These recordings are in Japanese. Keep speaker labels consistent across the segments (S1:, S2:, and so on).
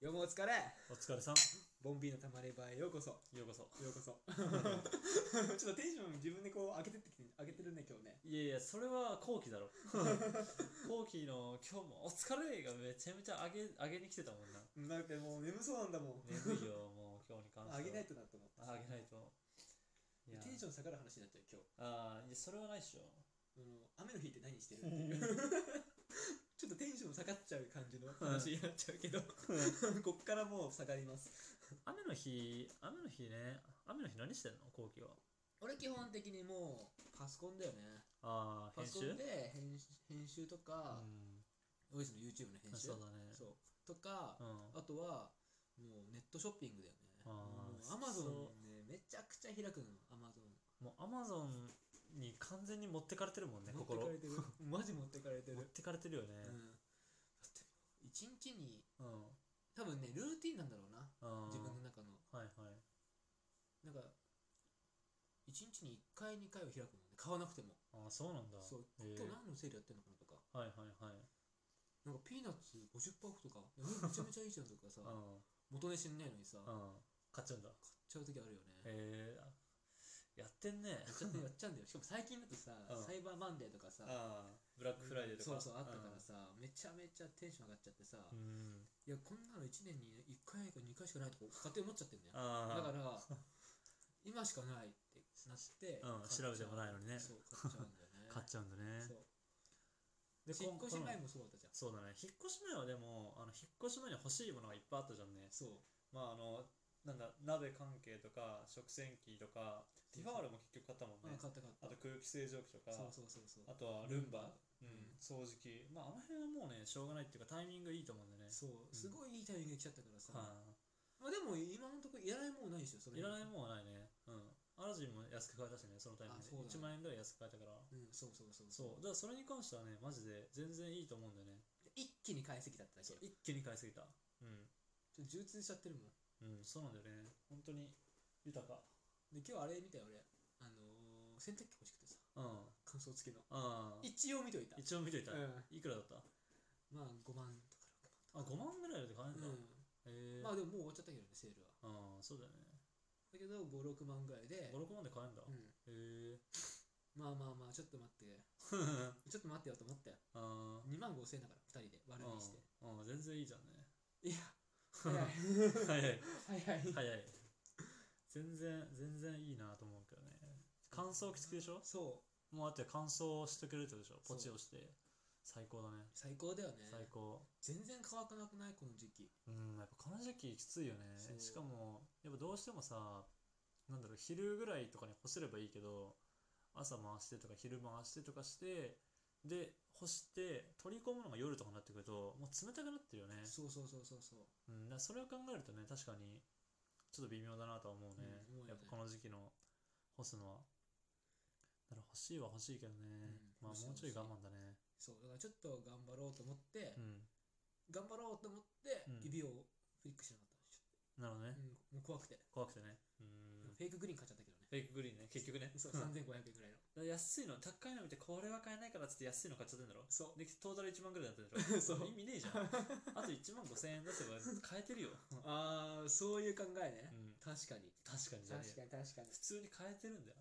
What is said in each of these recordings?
S1: よもお疲れ
S2: お疲れさん。
S1: ボンビーのたまれ場へようこそよ
S2: よう こそ。
S1: うこそちょっとテンション自分でこう上げてってきて上げてるね今日ね
S2: いやいや、それは後期だ ろ。後期の今日もお疲れがめちゃめちゃ上げ上げに来てたもんな。
S1: うんだってもう眠そうなんだもん
S2: 眠いよ、もう今日に関しては。
S1: 上げない
S2: と。
S1: となと思った
S2: 上げないと。いや
S1: テンション下がる話になっちゃう今日
S2: ああ、いや、それはないっ しょ。
S1: あの雨の日って何してるっていう ちょっとテンション下がっちゃう感じの話になっちゃうけど こっからもう下がります
S2: 雨の日、雨の日ね。雨の日何してんの後期は。
S1: 俺基本的にもうパソコンだよね
S2: ああ、
S1: パ
S2: 編
S1: ソ
S2: 集
S1: コン
S2: う
S1: で編集編集とか、
S2: ん。
S1: おいその YouTube の編集
S2: そうだね。
S1: そうとか、
S2: うん。
S1: あとはもうネットショッピングだよね
S2: あー
S1: もう
S2: そ
S1: ア
S2: う
S1: マゾンねめちゃくちゃ開くのアマゾン
S2: もうアマゾンに完全に持ってかれてるもんね、
S1: 持って
S2: 心。
S1: かれ
S2: 持
S1: て るマジ持ってかれてる、
S2: ってかれてるよね。
S1: うん、だって1日に
S2: うん。
S1: 多分ねルーティンなんだろうな
S2: あー
S1: 自分の中の
S2: はいはい。
S1: なんか1日に1回2回は開くもんね買わなくても
S2: ああ、そうなんだ。
S1: そう
S2: へー
S1: 今日何のセールやってんのかなとか
S2: はいはいはい。
S1: なんかピーナッツ50%オフとか うんめちゃめちゃいいじゃんとかさ
S2: うん。
S1: 元値知んないのにさ買っ
S2: うん、買っちゃうんだ。
S1: ちゃう時あるよね
S2: えー、やってんね。
S1: やっちゃってやっちゃうんだよしかも最近だとさ
S2: うん
S1: サイバーマンデーとかさ
S2: ああ、ブラックフライデーとか。
S1: そうそうあったからさめちゃめちゃテンション上がっちゃってさ
S2: うん。うん。
S1: いやこんなの1年に1回か2回しかないとか勝手に思っちゃってんだよだ
S2: あ
S1: か
S2: あ、
S1: ら今しかないってなって
S2: うん
S1: 買っちゃう
S2: 調べてもないのにね
S1: そう買っちゃうんだよね
S2: 買っちゃうんだね。
S1: そう
S2: で
S1: 引っ越し前
S2: も。
S1: もそうだったじゃん
S2: そうだね。引っ越し前はでも、あの引っ越し前に欲しいものがいっぱいあったじゃんね。
S1: そう
S2: まあ、あの、なんだ、鍋関係とか、食洗機とか、ティファールも結局買ったもん
S1: あ
S2: ね。
S1: 買った買った
S2: あと空気清浄機とか、
S1: そうそうそうそう
S2: あとはルン
S1: ルン
S2: バ
S1: バ、
S2: うん
S1: うん、
S2: 掃除機。まあ、あの辺はもうね、しょうがないっていうか、タイミングいいと思うんだよね。
S1: そう、
S2: ん
S1: すごいいいタイミングで来ちゃったからさ、
S2: はい。
S1: まあ、でも今のところいらないもんないでしょそれ
S2: いらない
S1: ん、
S2: もんはないね。うん。アラジンも安く買えたしね、そのタイミン
S1: あそう
S2: グ
S1: だ
S2: で。1万円ぐらい安く買えたから。
S1: うん、そうそうそう
S2: そう。だからそれに関してはね、マジで全然いいと思うんだよね。
S1: 一気に買いすぎたってだけ
S2: そう
S1: ちょ
S2: 一気に買いすぎた。うん。
S1: っと充通しちゃってるもん
S2: うん、そうなんだよね。本当に豊か。
S1: で今日あれ見たよ俺あのー、洗濯機欲しくてさ
S2: うん。
S1: 乾燥付きの
S2: ああ。
S1: 一応見といた
S2: 一応見といた
S1: う。ん
S2: いくらだった
S1: まあ5万とか
S2: あ、5万ぐらいで買え
S1: 6
S2: んだ。
S1: 万
S2: へ
S1: う
S2: え
S1: ん。まあでももう終わっちゃったけどねセールは
S2: ああ、そうだよね。
S1: だけど56万ぐらいで、
S2: 5、6万で買えんだ。
S1: う
S2: へ
S1: ん、
S2: え。
S1: まあまあまあちょっと待 ってちょっと待ってよと思ったよ
S2: ああ。
S1: 2万5千円だから2人で割るにして
S2: うんうん、全然いいじゃんね。
S1: いや早い
S2: 早い。
S1: 早い
S2: 早い全然全然いいなと思うけどね乾燥機付きでしょ
S1: そう
S2: もうだって乾燥してくれるってことでしょ
S1: そ
S2: ポ
S1: う
S2: チをして最高だね
S1: 最高だよね
S2: 最高
S1: 全然乾かなくないこの時期
S2: うんやっぱこの時期きついよね
S1: そう
S2: しかもやっぱどうしてもさなんだろう昼ぐらいとかに干せればいいけど朝回してとか昼回してとかしてで干して取り込むのが夜とかになってくるともう冷たくなってるよね、
S1: そうそうそうそうそう
S2: うん、だからそれを考えるとね確かにちょっと微妙だなとは思うね、
S1: うん思うよね
S2: やっぱこの時期の干すのはだから欲しいは欲しいけどね、
S1: うん
S2: まあ
S1: 欲しい
S2: もうちょい
S1: 欲しい
S2: 我慢だね
S1: そうだからちょっと頑張ろうと思って、
S2: うん
S1: 頑張ろうと思って
S2: うん
S1: 指をフリックしなかったち
S2: なるほどね、
S1: ょっとうん、もう怖くて、
S2: 怖くてねう
S1: フェ
S2: ん
S1: イクグリーン買っちゃったけどね
S2: フェイクグリーンね結局ね
S1: そう
S2: うんだか
S1: 3500円ぐらいの
S2: ら安いの高いの見てこれは買えないからっつって安いの買っちゃってんだろ
S1: そう
S2: でトータル1万ぐらいだったでしょ
S1: そう
S2: 意味ねえじゃんあと1万5000円出せば買えてるよ、う
S1: ああそういう考えね、
S2: ん、
S1: 確かに
S2: 確かにじゃね
S1: 確か
S2: えよ
S1: に確かに
S2: 普通に買えてるんだよ、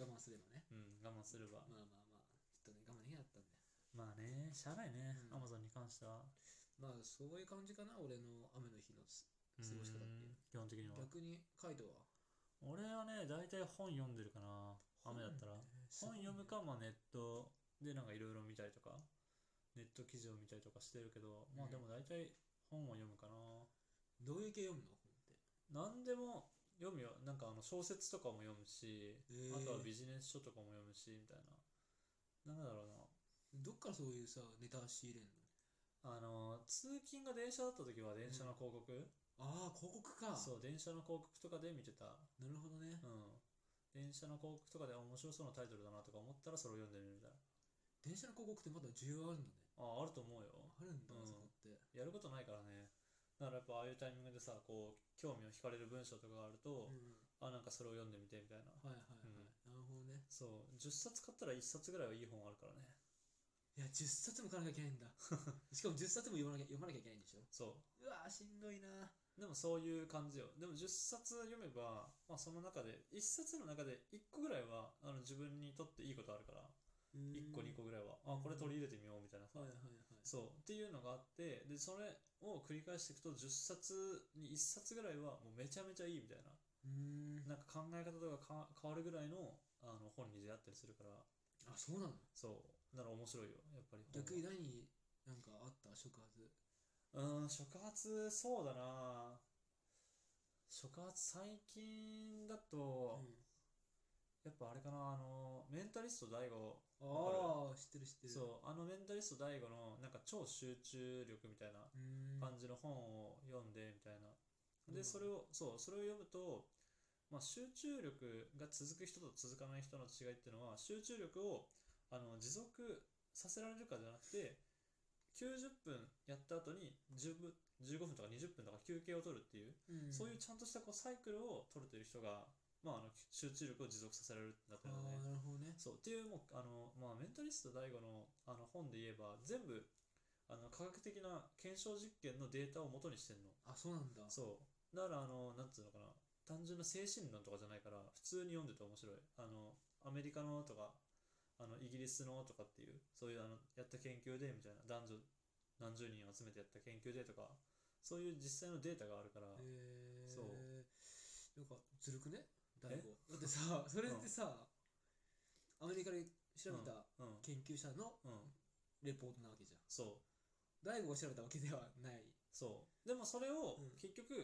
S1: 我慢すればね
S2: うん、我慢すれば
S1: まあまあまあちょっとね我慢できなかったんで
S2: まあねしゃあないね
S1: う
S2: ア
S1: ん
S2: マゾンに関しては
S1: まあそういう感じかな俺の雨の日のす過ごし方っていう
S2: うん基本的には
S1: 逆にカイトは
S2: 俺はね大体本読んでるかな雨だったら本読むかまあネットでなんかいろいろ見たりとかネット記事を見たりとかしてるけどまあ
S1: うん
S2: でも大体本を読むか
S1: どういう系読むの本って
S2: な何でも読むよなんかあの小説とかも読むし
S1: へー
S2: あとはビジネス書とかも読むしみたいななんだろうな
S1: どっからそういうさネタ仕入れんの
S2: あの通勤が電車だった時は電車の広告
S1: ああ広告か
S2: そう電車の広告とかで見てた
S1: なるほどね
S2: うん、電車の広告とかであ面白そうなタイトルだなとか思ったらそれを読んでみるみたいな
S1: 電車の広告ってまだ需要あるんだね
S2: ああると思うよ
S1: あるんだ
S2: うん
S1: そこって
S2: やることないからねだからやっぱああいうタイミングでさこう興味を惹かれる文章とかがある
S1: う
S2: と、
S1: ん
S2: あなんかそれを読んでみてみたいな
S1: はいはいはい、なるほどね
S2: そう10冊買ったら1冊ぐらいはいい本あるからね
S1: いや10冊も買わなきゃいけないんだしかも10冊も読まなきゃ読まなきゃいけないんでしょ
S2: そう
S1: わーしんどいなー
S2: でもそういう感じよ。でも10冊読めば、まあ、その中で、1冊の中で1個ぐらいはあの自分にとっていいことあるから、1個2個ぐらいは、あ、これ取り入れてみようみたいなさ
S1: はいはいはい
S2: そうっていうのがあってでそれを繰り返していくと10冊に1冊ぐらいはもうめちゃめちゃいいみたいな
S1: うーん
S2: なんか考え方とかか変わるぐらいのあの本に出会ったりするから
S1: あそうなの
S2: そうなら面白いよやっぱり本は
S1: 逆に何なんかあった触発
S2: うーん触発そうだな触発最近だと、やっぱあれかなあのメンタリスト DAIGO
S1: あ
S2: わ
S1: あ知ってる知ってる
S2: そうあのメンタリスト DAIGO のなんか超集中力みたいな
S1: うーん
S2: 感じの本を読んでみたいな。
S1: う
S2: で、
S1: ん
S2: それを、そう、それを読むと、まあ、集中力が続く人と続かない人の違いっていうのは、集中力をあの持続させられるかじゃなくて、90分やった後に10分15分とか20分とか休憩を取るっていう、
S1: うん
S2: そういうちゃんとしたこうサイクルを取れてる人が、まあ、あの集中力を持続させられるってなって
S1: あ
S2: るよね
S1: あ。なるほどね
S2: そうっていうもうあの、まあ、メンタリスト DAIGO のあの本で言えば全部あの科学的な検証実験のデータを元にしてるの
S1: あそうなんだ
S2: そうだからあのなんつうのかな単純な精神論とかじゃないから普通に読んでて面白いあのアメリカのとかあのイギリスのとかっていうそういうあのやった研究でみたいな男女何十人集めてやった研究でとかそういう実際のデータがあるから、
S1: へえ
S2: そう
S1: なんかずるくね大悟だってさそれってさアメリカで調べた
S2: うん
S1: 研究者の
S2: うん
S1: レポートなわけじゃん
S2: そう
S1: 大悟が調べたわけではない
S2: そう。でもそれを
S1: うん
S2: 結局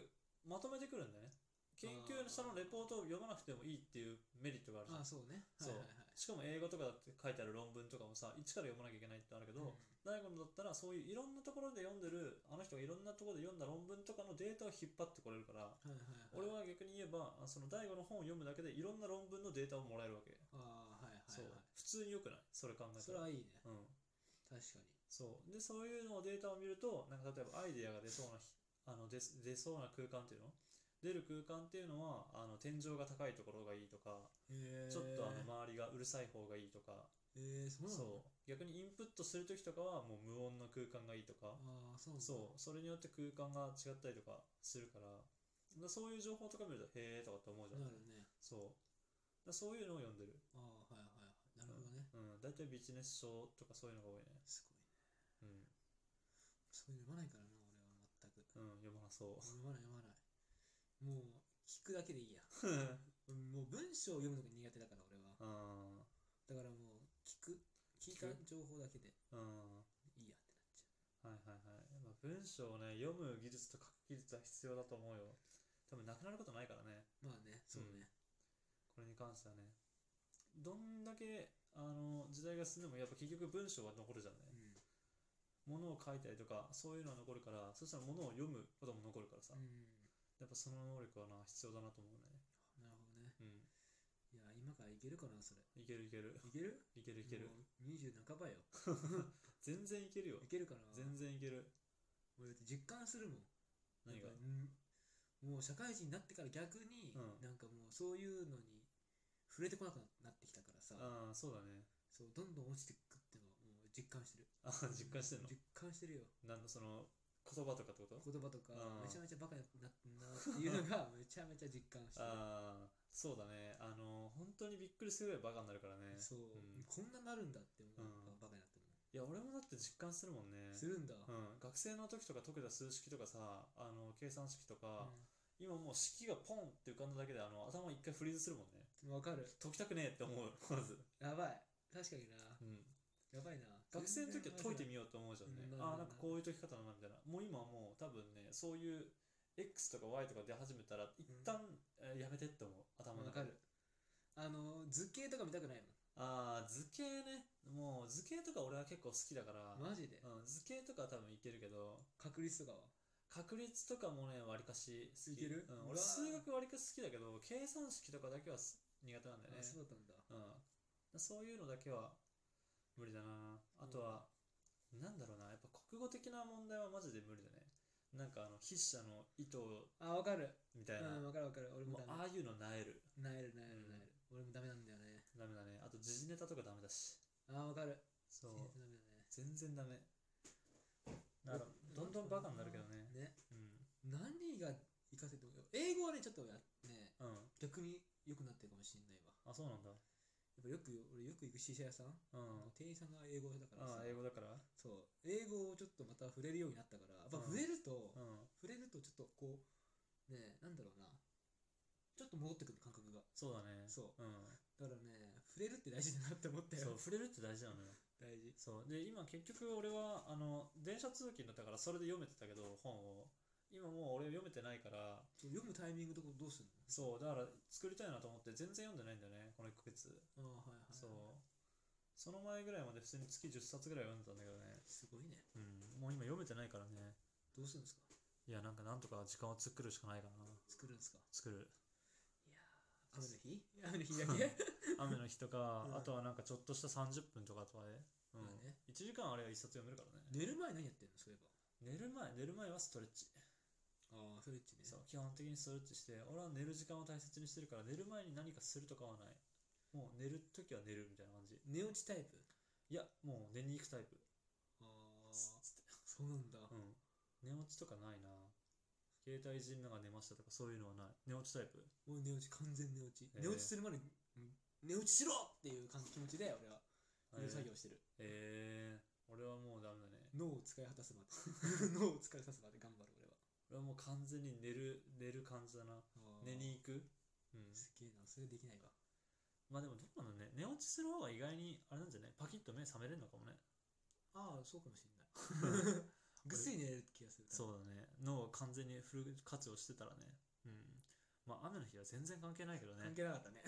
S2: まとめてくるんだよね。研究者のレポートを読まなくてもいいっていうメリットがあ るじゃ
S1: あ
S2: ん。
S1: そうね
S2: そう
S1: はいはいはい
S2: しかも英語とかだって書いてある論文とかもさ、一から読まなきゃいけないってあるけ
S1: うん
S2: ど、大悟のだったらそういういろんなところで読んでる、あの人がいろんなところで読んだ論文とかのデータを引っ張ってこれるから、
S1: はいはいはい
S2: 俺は逆に言えば、あその大悟の本を読むだけでいろんな論文のデータをもらえるわけ。
S1: ああはいはい
S2: そう
S1: は。
S2: 普通に良くないそれ考え
S1: い
S2: た
S1: それ
S2: ら。
S1: はいいね
S2: うん。
S1: 確かに
S2: そう。で、そういうのをデータを見ると、なんか例えばアイデアが出そうなひ、あの出す出そうな空間っていうの出る空間っていうのは、あの天井が高いところがいいとか、
S1: へえ
S2: ちょっとあの周りがうるさい方がいいとか、
S1: へえそうなんだ
S2: そう。逆にインプットするときとかは、もう無音の空間がいいとか、
S1: ああそうなんだ
S2: そう。それによって空間が違ったりとかするから、だそういう情報とか見ると、へーとかって思うじゃん。
S1: なるね
S2: そう。だそういうのを読んでる。
S1: ああはいはいはいなるほどね
S2: うん。大体ビジネス書とかそういうのが多いね。
S1: すごいね
S2: うん。
S1: そういうの読まないからな俺は全く
S2: うん、読まなそ
S1: 読まない読まないもう聞くだけで いいや
S2: う。
S1: もう文章を読むのが苦手だから俺は
S2: うん。
S1: だからもう聞く聞いた情報だけで
S2: うん、
S1: いいやって
S2: はいはいはい。まあ、文章をね、読む技術と書く技術は必要だと思うよ。多分なくなることないからね、
S1: なっちゃうまあねそうね
S2: これに関してはね。どんだけあの時代が進んでも、やっぱ結局文章は残るじゃん
S1: う
S2: ね。
S1: ん
S2: ものを書いたりとか、そういうのは残るから、そしたらものを読むことも残るからさ、
S1: うん
S2: やっぱその能力はな、必要だなと思うね。
S1: なるほどね
S2: う
S1: いや今からいけるかなそれ
S2: ん。いけるいける。
S1: いける
S2: いけるいける。
S1: もう20半ばよ
S2: 全然いけるよ
S1: い。けるかな
S2: 全然いける。
S1: 俺だって実感するもん
S2: 何が
S1: なんかうんもう社会人になってから逆に、
S2: うん
S1: なんかもうそういうのに触れてこなくなってきたからさ
S2: ああ、そうだね。
S1: そうどんどん落ちてくってのはもう実感してる
S2: あー 実感してんの
S1: 実感してるよ
S2: なんだその、言葉とかってこと
S1: 言葉とか
S2: うん
S1: めちゃめちゃバカになってんなっていうの がめちゃめちゃ実感してる
S2: ああ、そうだね。あの、本当にびっくりするぐらいバカになるからね。
S1: そう、
S2: うん
S1: こんななるんだって思う
S2: うん
S1: バカになってる
S2: いや、俺もだって実感するもんね
S1: の。するんだ、う
S2: うんん、学生の時とか解けた数式とかさ、あの、計算式とか、今もう式がポンって浮かんだだけで、あの、頭一回フリーズするもんね。
S1: わかる
S2: 解きたくねえって思う、 まず。
S1: やばい確かにな
S2: うん。
S1: やばいな
S2: 学生の時は解いてみ
S1: よ
S2: ようと思うじゃんね
S1: うん。なるほど
S2: ああ、なんかこういう解き方だな、みたいな。もう今はもう多分ね、そういう X とか Y とか出始めたら、一旦、えーやめてって思う、頭
S1: わ
S2: の中
S1: か
S2: で
S1: る。あの図形とか見たくない
S2: ああ、図形ね。もう図形とか俺は結構好きだから。
S1: もんマジで
S2: うん、図形とかは多分いけるけど、
S1: 確率とかは
S2: 確率とかもね、わりかし好き。
S1: いける
S2: うん、
S1: うわ
S2: 俺数学わりかし好きだけど、計算式とかだけはす苦手なんだよね
S1: あ。そうだったんだ
S2: うん。そういうのだけは無理だな。あとは、なんだろうな、やっぱ国語的な問題はマジで無理だね。なんかあの、筆者の糸
S1: あわかる
S2: みたいな。
S1: うんわかるわかる俺も
S2: もう
S1: ダメ
S2: ああいうのなえる。
S1: なえるなえ
S2: う
S1: る
S2: ん
S1: なえる俺もダメなんだよね
S2: ダメだね。あと時事ネタとかダメだし。
S1: あわかる
S2: そう。
S1: 全然ダメだね
S2: 全然ダメ。だからどんどんバカになるけどね。
S1: ね
S2: うん。
S1: 何がにちょっとやね
S2: うん
S1: 逆に良くなってるかもしれないわ
S2: あそうなんだ
S1: やっぱよく俺よく行くシーシャ屋さん、
S2: うん
S1: もう店員さんが英語だからさ
S2: ああ英語だから
S1: そう英語をちょっとまた触れるようになったからやっぱ
S2: う
S1: 触
S2: ん
S1: れると、
S2: うん
S1: 触れるとちょっとこうねなんだろうなちょっと戻ってくる感覚が
S2: そうだね、
S1: そう
S2: ん、
S1: だからね触れるって大事だなって思ったよ
S2: そう触れるって大事なのよ
S1: 大事
S2: そうで今結局俺はあの電車通勤だったからそれで読めてたけど本を今もう俺読めてないから
S1: そう読むタイミングとかどうする
S2: そうだから作りたいなと思って全然読んでないんだよねこの1ヶ月
S1: のああはいはいはい
S2: そうその前ぐらいまで普通に月10冊ぐらい読んでたんだけどね
S1: すごいね
S2: うんもう今読めてないからね
S1: どうするんですか
S2: いやなんかなんとか時間を作るしかないかな
S1: 作るんですか
S2: 作る
S1: いやー雨の日雨の日だけ
S2: 雨の日とか、
S1: うん
S2: あとはなんかちょっとした30分とかとかで、う
S1: ま
S2: ん
S1: あね
S2: 1時間あれは1冊読めるからね
S1: 寝る前何やってんのそういえ
S2: 寝る前寝る前はストレッチ
S1: ばああそれっちね
S2: そう基本的にストレッチして俺は寝る時間を大切にしてるから寝る前に何かするとかはないもう寝る時は寝るみたいな感じい
S1: 寝落ちタイプ
S2: やもう寝に行くタイプ
S1: ああ
S2: つつって
S1: そうなんだ、
S2: うん寝落ちとかないな携帯いじんながら寝ましたとかそういうのはない寝落ちタイプ
S1: もう寝落ち完全寝落ち、
S2: えー
S1: 寝落ちするまでうん寝落ちしろっていう感じ気持ちで俺は寝る作業してる、
S2: えーえー俺はもうダメだね
S1: 脳を使い果たすま で脳を使い果たすまで頑張る俺は
S2: 俺はもう完全に寝る寝る感じだな
S1: あー
S2: 寝に行くうん
S1: すげえなそれできないわ
S2: まあでもどうなのね寝落ちする方が意外にあれなんじゃないパキッと目覚めれるのかもね
S1: ああそうかもしれない ぐっすり寝れる気がする
S2: そううだね脳を完全にフル活用してたらねうんまあ雨の日は全然関係ないけどね
S1: 関係なかったね